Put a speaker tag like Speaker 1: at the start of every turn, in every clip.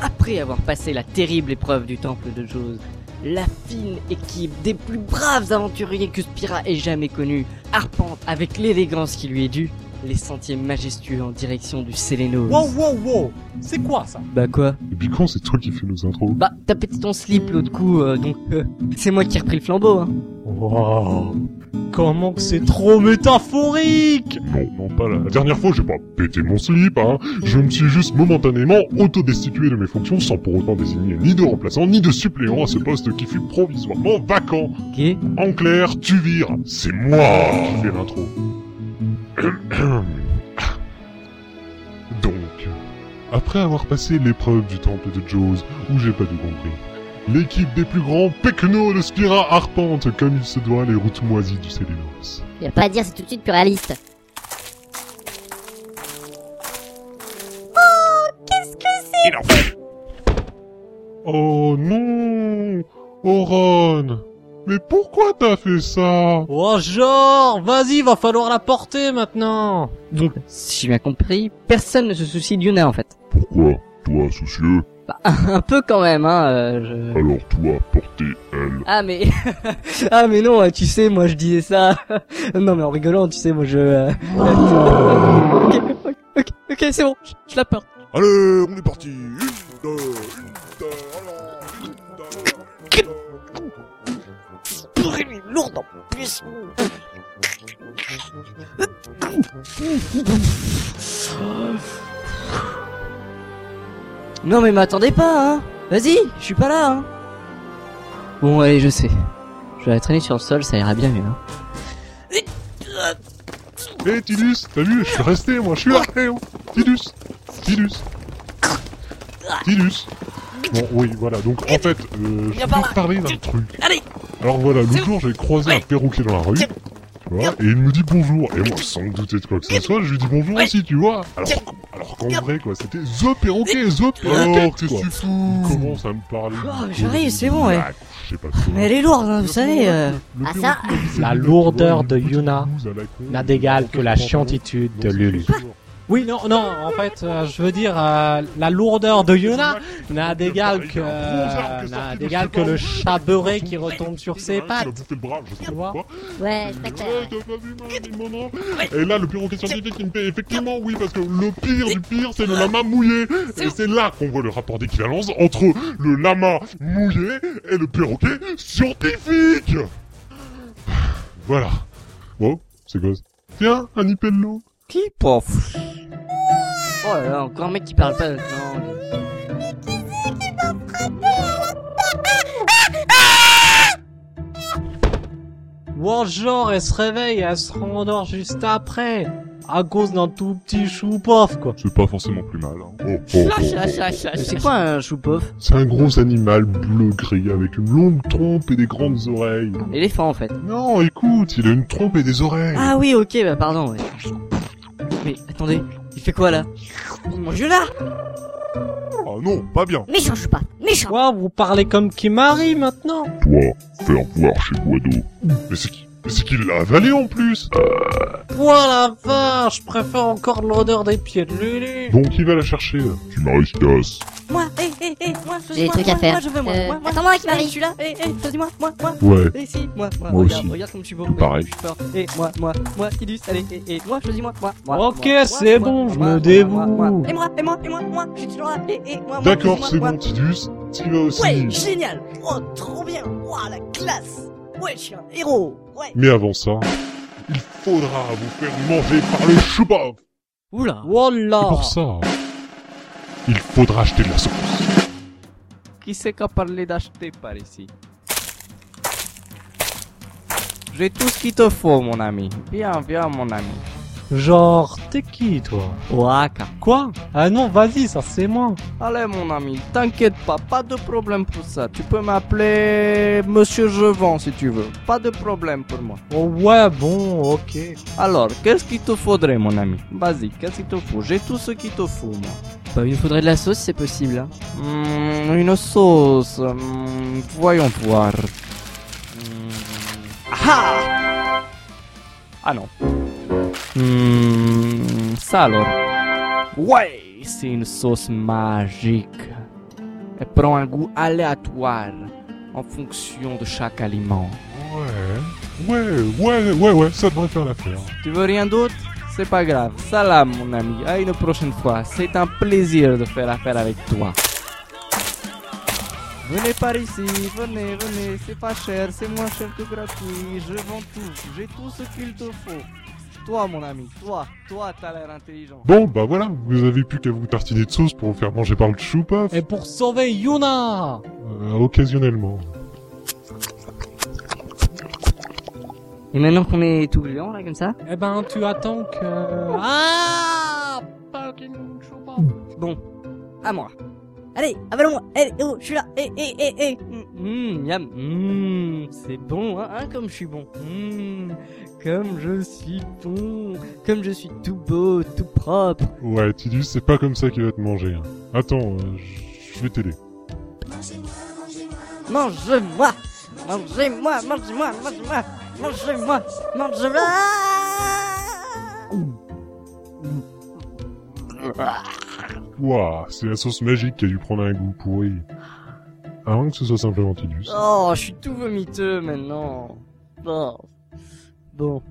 Speaker 1: après avoir passé la terrible épreuve du temple de Jose, la fine équipe des plus braves aventuriers que Spira ait jamais connus arpente avec l'élégance qui lui est due les sentiers majestueux en direction du Sélénos.
Speaker 2: Wow, wow, wow C'est quoi ça
Speaker 1: Bah quoi
Speaker 3: Et puis quand c'est toi qui fais nos intros
Speaker 1: Bah t'as pété ton slip l'autre coup, euh, donc euh, c'est moi qui ai repris le flambeau. Hein.
Speaker 2: Wow Comment que c'est trop métaphorique
Speaker 3: Non, non, pas la, la dernière fois, j'ai pas pété mon slip, hein. Je me suis juste momentanément autodestitué de mes fonctions sans pour autant désigner ni de remplaçant ni de suppléant à ce poste qui fut provisoirement vacant.
Speaker 1: Ok
Speaker 3: En clair, tu vires. C'est moi qui fais l'intro. Donc, après avoir passé l'épreuve du temple de Jaws, où j'ai pas tout compris, l'équipe des plus grands pecnos de Spira arpente comme il se doit les routes moisies du Sélénos.
Speaker 4: Il a pas à dire, c'est tout de suite plus réaliste.
Speaker 3: Il en fait Oh non Oron Mais pourquoi t'as fait ça
Speaker 2: Oh genre, vas-y, va falloir la porter maintenant
Speaker 1: Donc si j'ai bien compris, personne ne se soucie d'Yuna en fait.
Speaker 3: Pourquoi Toi, soucieux
Speaker 1: Bah un peu quand même, hein. euh, je-
Speaker 3: Alors toi, porter elle.
Speaker 1: Ah mais ah mais non, euh, tu sais, moi je disais ça. non mais en rigolant, tu sais, moi je. euh, euh, ok, ok, ok, ok, c'est bon, je, je la porte.
Speaker 3: Allez, on est parti Une, deux, une, deux, alors, une, deux, alors, une, deux.
Speaker 1: Non mais m'attendez pas, hein Vas-y, je suis pas là, hein Bon, allez, je sais. Je vais la traîner sur le sol, ça ira bien mieux. Hein.
Speaker 3: Hé Eh, Tidus, t'as vu, je suis resté moi, je suis là Hé, oh. Tidus Tidus Tidus Bon oui voilà donc en fait euh, je peux te parler d'un truc. Alors voilà, l'autre jour j'ai croisé un perroquet dans la rue, tu vois, et il me dit bonjour, et moi sans me douter de quoi que ce soit, je lui dis bonjour aussi, tu vois. Alors, qu- alors qu'en vrai quoi, c'était THE perroquet,
Speaker 1: Euh,
Speaker 3: THE perroquet
Speaker 5: Alors, qu'est-ce que
Speaker 3: quoi.
Speaker 5: tu fous
Speaker 3: Il commence à me parler.
Speaker 1: Oh,
Speaker 3: du
Speaker 1: j'arrive,
Speaker 3: Covid,
Speaker 1: c'est bon,
Speaker 3: du
Speaker 1: ouais.
Speaker 3: lac, Je sais pas quoi.
Speaker 1: Mais elle est lourde, hein, vous savez. euh.
Speaker 3: Le
Speaker 4: Ah, ça
Speaker 3: perroquet, il s'est
Speaker 6: La
Speaker 3: mis dans
Speaker 6: lourdeur
Speaker 3: une
Speaker 6: de
Speaker 3: petite
Speaker 6: Yuna
Speaker 3: blouse à la con,
Speaker 6: n'a d'égal que la
Speaker 3: pantalon.
Speaker 6: chiantitude de
Speaker 3: Dans ses
Speaker 6: Lulu.
Speaker 3: chaussures.
Speaker 2: Oui, non, non, en fait, euh, je veux dire, euh, la lourdeur de Yuna n'a d'égal que, euh, n'a d'égal que le chat beurré qui retombe sur ses pattes.
Speaker 3: Le bras, je
Speaker 2: Tu
Speaker 3: sais pas
Speaker 2: vois
Speaker 3: pourquoi.
Speaker 4: Ouais,
Speaker 3: Ouais, t'as pas vu, non, il m'en a. Et là, le perroquet scientifique, il me fait effectivement oui, parce que le pire du pire, c'est le lama mouillé. Et c'est là qu'on voit le rapport d'équivalence entre le lama mouillé et le perroquet scientifique. Voilà. Bon, c'est quoi ça Tiens, un ipello.
Speaker 1: Qui pof Oh là là, encore un mec qui parle pas. Non.
Speaker 2: Ou genre, elle se réveille et elle se rendort juste après. À cause d'un tout petit chou pof, quoi.
Speaker 5: C'est pas forcément plus mal. hein.
Speaker 3: Oh, oh, oh, oh.
Speaker 1: Mais C'est quoi un choupof
Speaker 3: C'est un gros animal bleu-gris avec une longue trompe et des grandes oreilles.
Speaker 1: Éléphant en fait.
Speaker 3: Non, écoute, il a une trompe et des oreilles.
Speaker 1: Ah oui, ok, bah pardon. ouais. Mais attendez, il fait quoi là Il mange là
Speaker 3: Ah non, pas bien.
Speaker 4: méchant, je suis pas. Méchant.
Speaker 2: Quoi, vous parlez comme Kimari maintenant
Speaker 3: Toi, faire voir chez Guado. Ah. Mais c'est qui mais c'est qu'il l'a avalé en plus
Speaker 2: Voilà, la vache, je préfère encore l'odeur des pieds de Lulu.
Speaker 3: Donc il va la chercher. Tu maristas.
Speaker 1: Moi, hé, hé, hé, moi, je
Speaker 4: J'ai des
Speaker 1: moi,
Speaker 4: trucs
Speaker 1: moi,
Speaker 4: à faire.
Speaker 1: Moi, je veux, moi,
Speaker 4: Euh,
Speaker 1: moi, Eh, moi.
Speaker 4: attends-moi, qui
Speaker 1: Hé, Je
Speaker 4: m'arrive.
Speaker 1: suis là, hé, hé, vas-y, moi, moi, moi.
Speaker 3: Ouais.
Speaker 1: Hé, si, moi, moi.
Speaker 5: Moi
Speaker 1: regarde,
Speaker 5: aussi.
Speaker 1: regarde comme je suis beau.
Speaker 5: Tout pareil.
Speaker 1: Je suis fort. Hé, moi, moi, moi, Tidus, allez, hé, hé, moi, choisis-moi, moi, moi.
Speaker 2: Ok,
Speaker 1: moi,
Speaker 2: c'est
Speaker 1: moi,
Speaker 2: bon,
Speaker 1: moi,
Speaker 2: je
Speaker 1: moi,
Speaker 2: me
Speaker 1: moi,
Speaker 2: dévoue.
Speaker 1: moi, moi. Et moi, et moi, et moi, moi, je suis toujours là, hé, hé, Ah, moi, moi.
Speaker 3: D'accord,
Speaker 1: choisis-moi,
Speaker 3: c'est
Speaker 1: moi.
Speaker 3: bon, Tidus. Tu vas aussi.
Speaker 7: Ouais, génial Oh, trop bien Ouah, la classe Ouais, je suis un héros Ouais
Speaker 3: Mais avant ça, il faudra vous faire manger par le
Speaker 1: Oh.
Speaker 3: chouba.
Speaker 1: Oula.
Speaker 3: Et
Speaker 2: Voilà.
Speaker 3: pour ça, il faudra acheter de la sauce.
Speaker 8: Qui c'est qui a parlé d'acheter par ici J'ai tout ce qu'il te faut, mon ami. Viens, viens, mon ami.
Speaker 2: Genre, t'es qui, toi
Speaker 8: Oaka.
Speaker 2: Quoi Ah non, vas-y, ça c'est moi.
Speaker 8: Allez, mon ami, t'inquiète pas, pas de problème pour ça. Tu peux m'appeler Monsieur Jevon si tu veux. Pas de problème pour moi.
Speaker 2: Oh, ouais, bon, ok.
Speaker 8: Alors, qu'est-ce qu'il te faudrait, mon ami Vas-y, qu'est-ce qu'il te faut J'ai tout ce qu'il te faut, moi.
Speaker 1: Bah, il nous faudrait de la sauce, c'est possible. Hein.
Speaker 8: Hmm, une sauce. hmm, voyons voir. Hmm, Ah Ah non. Hmm, ça alors. Ouais, c'est une sauce magique. Elle prend un goût aléatoire en fonction de chaque aliment.
Speaker 3: Ouais, ouais, ouais, ouais, ouais, ça devrait faire l'affaire.
Speaker 8: Tu veux rien d'autre C'est pas grave. Salam mon ami, à une prochaine fois. C'est un plaisir de faire affaire avec toi. Venez par ici, venez, venez, c'est pas cher, c'est moins cher que gratuit, je vends tout, j'ai tout ce qu'il te faut. Toi mon ami, toi, toi t'as l'air intelligent.
Speaker 3: Bon, bah voilà, vous avez plus qu'à vous tartiner de sauce pour vous faire manger par le choupa,
Speaker 2: Et pour sauver Yuna
Speaker 3: euh, occasionnellement.
Speaker 1: Et maintenant qu'on est tout gluant là comme ça,
Speaker 2: Eh ben, tu attends que... Ah Fucking Choupa
Speaker 1: bon, à moi.
Speaker 7: Allez, avalons-moi Allez, oh, je suis là Eh, eh, eh, eh
Speaker 1: Hum, miam, hum, c'est bon, hein, hein, comme je suis bon. Hum, comme je suis bon, comme je suis tout beau, tout propre.
Speaker 3: Ouais, Tidus, c'est pas comme ça qu'il va te manger. hein. Attends, euh, j- je vais t'aider.
Speaker 1: Mange-moi, mangez-moi, mangez-moi, mangez-moi, mangez-moi, mangez-moi.
Speaker 3: Ouah, c'est la sauce magique qui a dû prendre un goût pourri. Avant que ce soit simplement Tidus.
Speaker 1: Oh, je suis tout vomiteux maintenant. Bon, bon,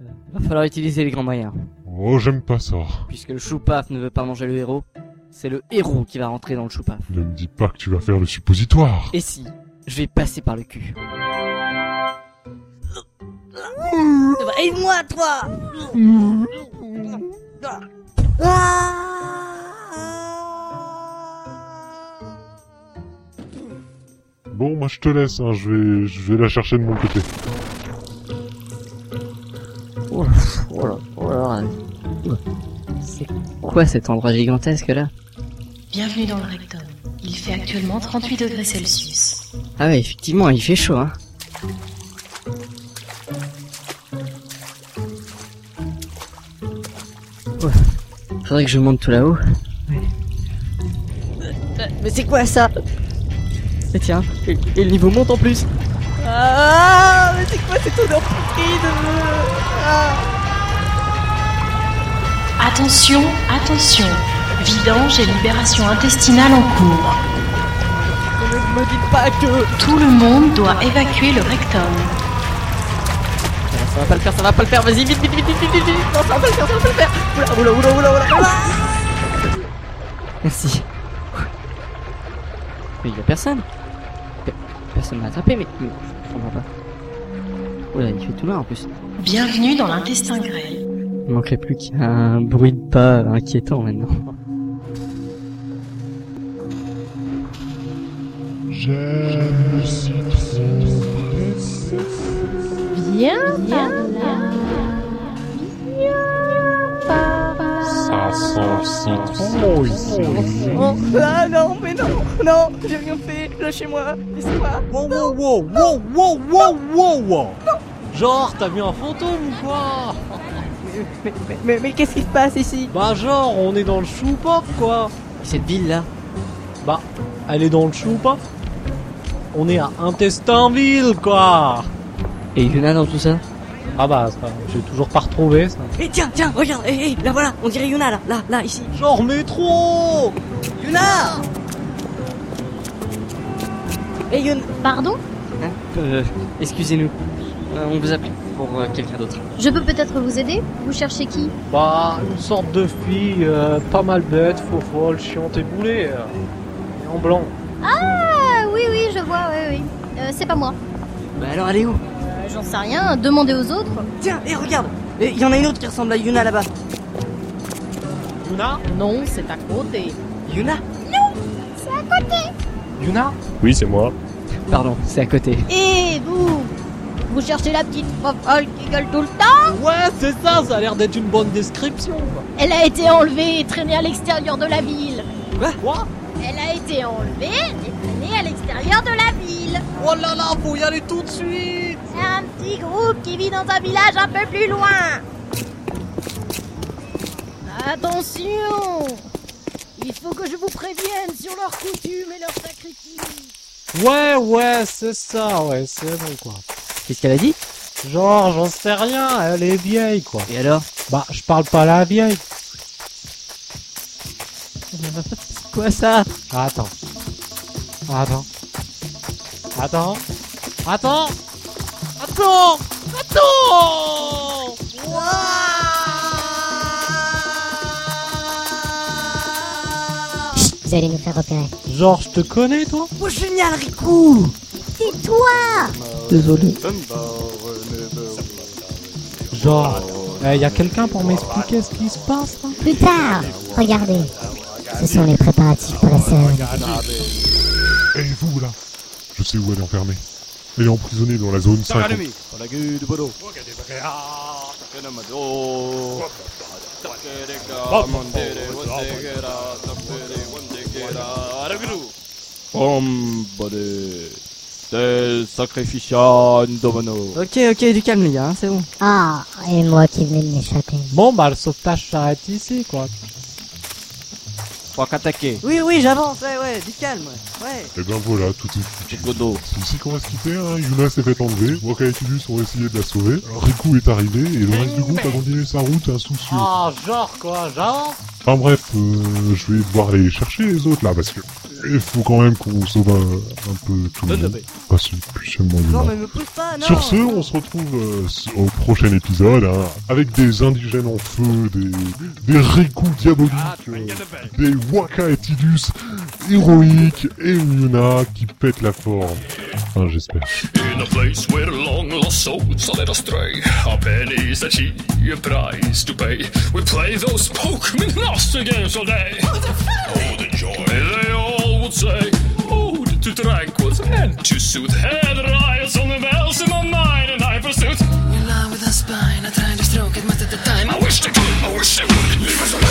Speaker 1: Euh, va falloir utiliser les grands moyens.
Speaker 3: Oh, j'aime pas ça.
Speaker 1: Puisque le choupaf ne veut pas manger le héros, c'est le héros qui va rentrer dans le choupaf.
Speaker 3: Ne me dis pas que tu vas faire le suppositoire.
Speaker 1: Et si, je vais passer par le cul.
Speaker 7: Eh ben, Aide-moi, toi Ah
Speaker 3: Bon, moi je te laisse, hein, je vais, je vais la chercher de mon côté.
Speaker 1: Oh Quoi cet endroit gigantesque là
Speaker 5: Bienvenue dans le rectum. Il fait actuellement 38 degrés Celsius.
Speaker 1: Ah ouais, effectivement, il fait chaud, hein. Ouf. Faudrait que je monte tout là-haut. Euh, Mais c'est quoi ça Mais tiens, et, et le niveau monte en plus Ah Mais c'est quoi cette odeur putride ah.
Speaker 5: Attention, attention. Vidange et libération intestinale en cours.
Speaker 1: Ne me dites pas que...
Speaker 5: Tout le monde doit évacuer le rectum.
Speaker 1: Ça va pas le faire, ça va pas le faire, vas-y, vite, vite, vite, vite, vite, vite, vite. Non, ça va pas le faire, ça va pas le faire Oula, oula, oula, oula, oula Ah. Merci. Mais il y a personne. Pe- Personne m'a attrapé, mais... mais Je comprends pas. Oula, il fait tout noir en plus.
Speaker 5: Bienvenue dans l'intestin grêle.
Speaker 1: Il manquerait plus qu'un bruit de pas inquiétant maintenant.
Speaker 3: J'aime le citron. Ça sent le citron ici.
Speaker 7: Oh, Ah non, mais non Non, j'ai rien fait Lâchez-moi Laissez-moi
Speaker 2: Wow, wow, wow, wow, wow, wow, wow, wow. Genre, t'as vu un fantôme ou quoi
Speaker 7: Mais, mais, mais, mais qu'est-ce qui se passe ici
Speaker 2: Bah genre, on est dans le chou-pop, quoi
Speaker 1: Et cette ville-là
Speaker 2: Bah, elle est dans le chou-pop On est à Intestinville, quoi
Speaker 1: Et Yuna dans tout ça
Speaker 2: Ah bah, ça, j'ai toujours pas retrouvé, ça.
Speaker 7: Eh tiens, tiens, regarde Eh, eh, là voilà On dirait Yuna, là, là, là, ici
Speaker 2: Genre métro
Speaker 7: Yuna Eh Yuna
Speaker 4: Oh, Pardon
Speaker 1: Hein Euh, Excusez-nous. Euh, on vous appelle pour euh, quelqu'un d'autre.
Speaker 4: Je peux peut-être vous aider Vous cherchez qui
Speaker 2: Bah, une sorte de fille, euh, pas mal bête, faux folle, chiante et boulée. euh, et en blanc.
Speaker 4: Ah oui, oui, je vois, oui, oui. Euh, c'est pas moi.
Speaker 1: Bah alors, allez où
Speaker 4: Euh, J'en sais rien, demandez aux autres.
Speaker 7: Tiens, eh regarde Eh, il y en a une autre qui ressemble à Yuna là-bas
Speaker 2: Yuna
Speaker 6: Non, c'est à côté.
Speaker 1: Yuna
Speaker 2: Yuna
Speaker 9: Oui, c'est moi.
Speaker 1: Pardon, c'est à côté.
Speaker 4: Et vous Vous cherchez la petite folle qui gueule tout le temps
Speaker 2: Ouais, c'est ça, ça a l'air d'être une bonne description, quoi.
Speaker 4: Elle a été enlevée et traînée à l'extérieur de la ville.
Speaker 2: Quoi
Speaker 4: Elle a été enlevée et traînée à l'extérieur de la ville.
Speaker 2: Oh là là, faut y aller tout de suite
Speaker 4: C'est un petit groupe qui vit dans un village un peu plus loin. Attention Il faut que je vous prévienne sur leurs coutumes et leurs sacrifices.
Speaker 2: Ouais, ouais, c'est ça, ouais, c'est bon, quoi.
Speaker 1: Qu'est-ce qu'elle a dit
Speaker 2: Genre, j'en sais rien, elle est vieille, quoi.
Speaker 1: Et alors
Speaker 2: Bah, je parle pas à la vieille.
Speaker 1: Quoi ça
Speaker 2: Attends. Attends. Attends. Attends. Attends. Attends.
Speaker 6: Vous allez nous faire repérer.
Speaker 2: Genre, je te connais, toi
Speaker 7: Oh génial, Riku
Speaker 2: Désolé. Genre, il y a quelqu'un pour m'expliquer ce qui se passe là
Speaker 6: Plus tard Regardez Ce sont les préparatifs pour la
Speaker 2: Oh,
Speaker 6: cérémonie.
Speaker 3: Et vous là Je sais où elle est enfermée. Elle est emprisonnée dans la zone 5.
Speaker 1: Ok, ok, du calme les gars, hein, c'est bon.
Speaker 6: Ah Et moi qui venais de m'échapper.
Speaker 2: Bon, bah, le sauvetage s'arrête ici, quoi.
Speaker 1: Oui, oui, j'avance, ouais, ouais, du calme, ouais.
Speaker 3: Et ben voilà, tout est foutu. C'est ici qu'on va se quitter, hein. Yuna s'est fait enlever, Waka et Tidus ont essayé de la sauver, Riku est arrivé, et le reste du groupe a continué sa route insoucieux.
Speaker 2: Ah, genre, quoi, j'avance
Speaker 3: Enfin bref, euh, je vais devoir aller chercher les autres là, parce que... Il faut quand même qu'on sauve un, un peu tout le monde. Parce que plus seulement Yuna.
Speaker 1: Non, mais me pousse pas, non
Speaker 3: Sur ce, on se retrouve euh, s- au prochain épisode, hein, avec des indigènes en feu, des, des Riku diaboliques, euh, des Waka et Tidus héroïques, et une Yuna qui pète la forme. Enfin, j'espère.
Speaker 9: In a place where long lost souls are led astray, our pennies that ye a price to pay. We play those Pokemon lost games all day. Oh, the Oh, the joy they all would say. Ode to tranquils and to sooth. Head riots on the bells in my mind and I pursuit.
Speaker 10: In love with a spine, I try to stroke it most of the time.
Speaker 9: I wish they could, I wish they would leave us alone.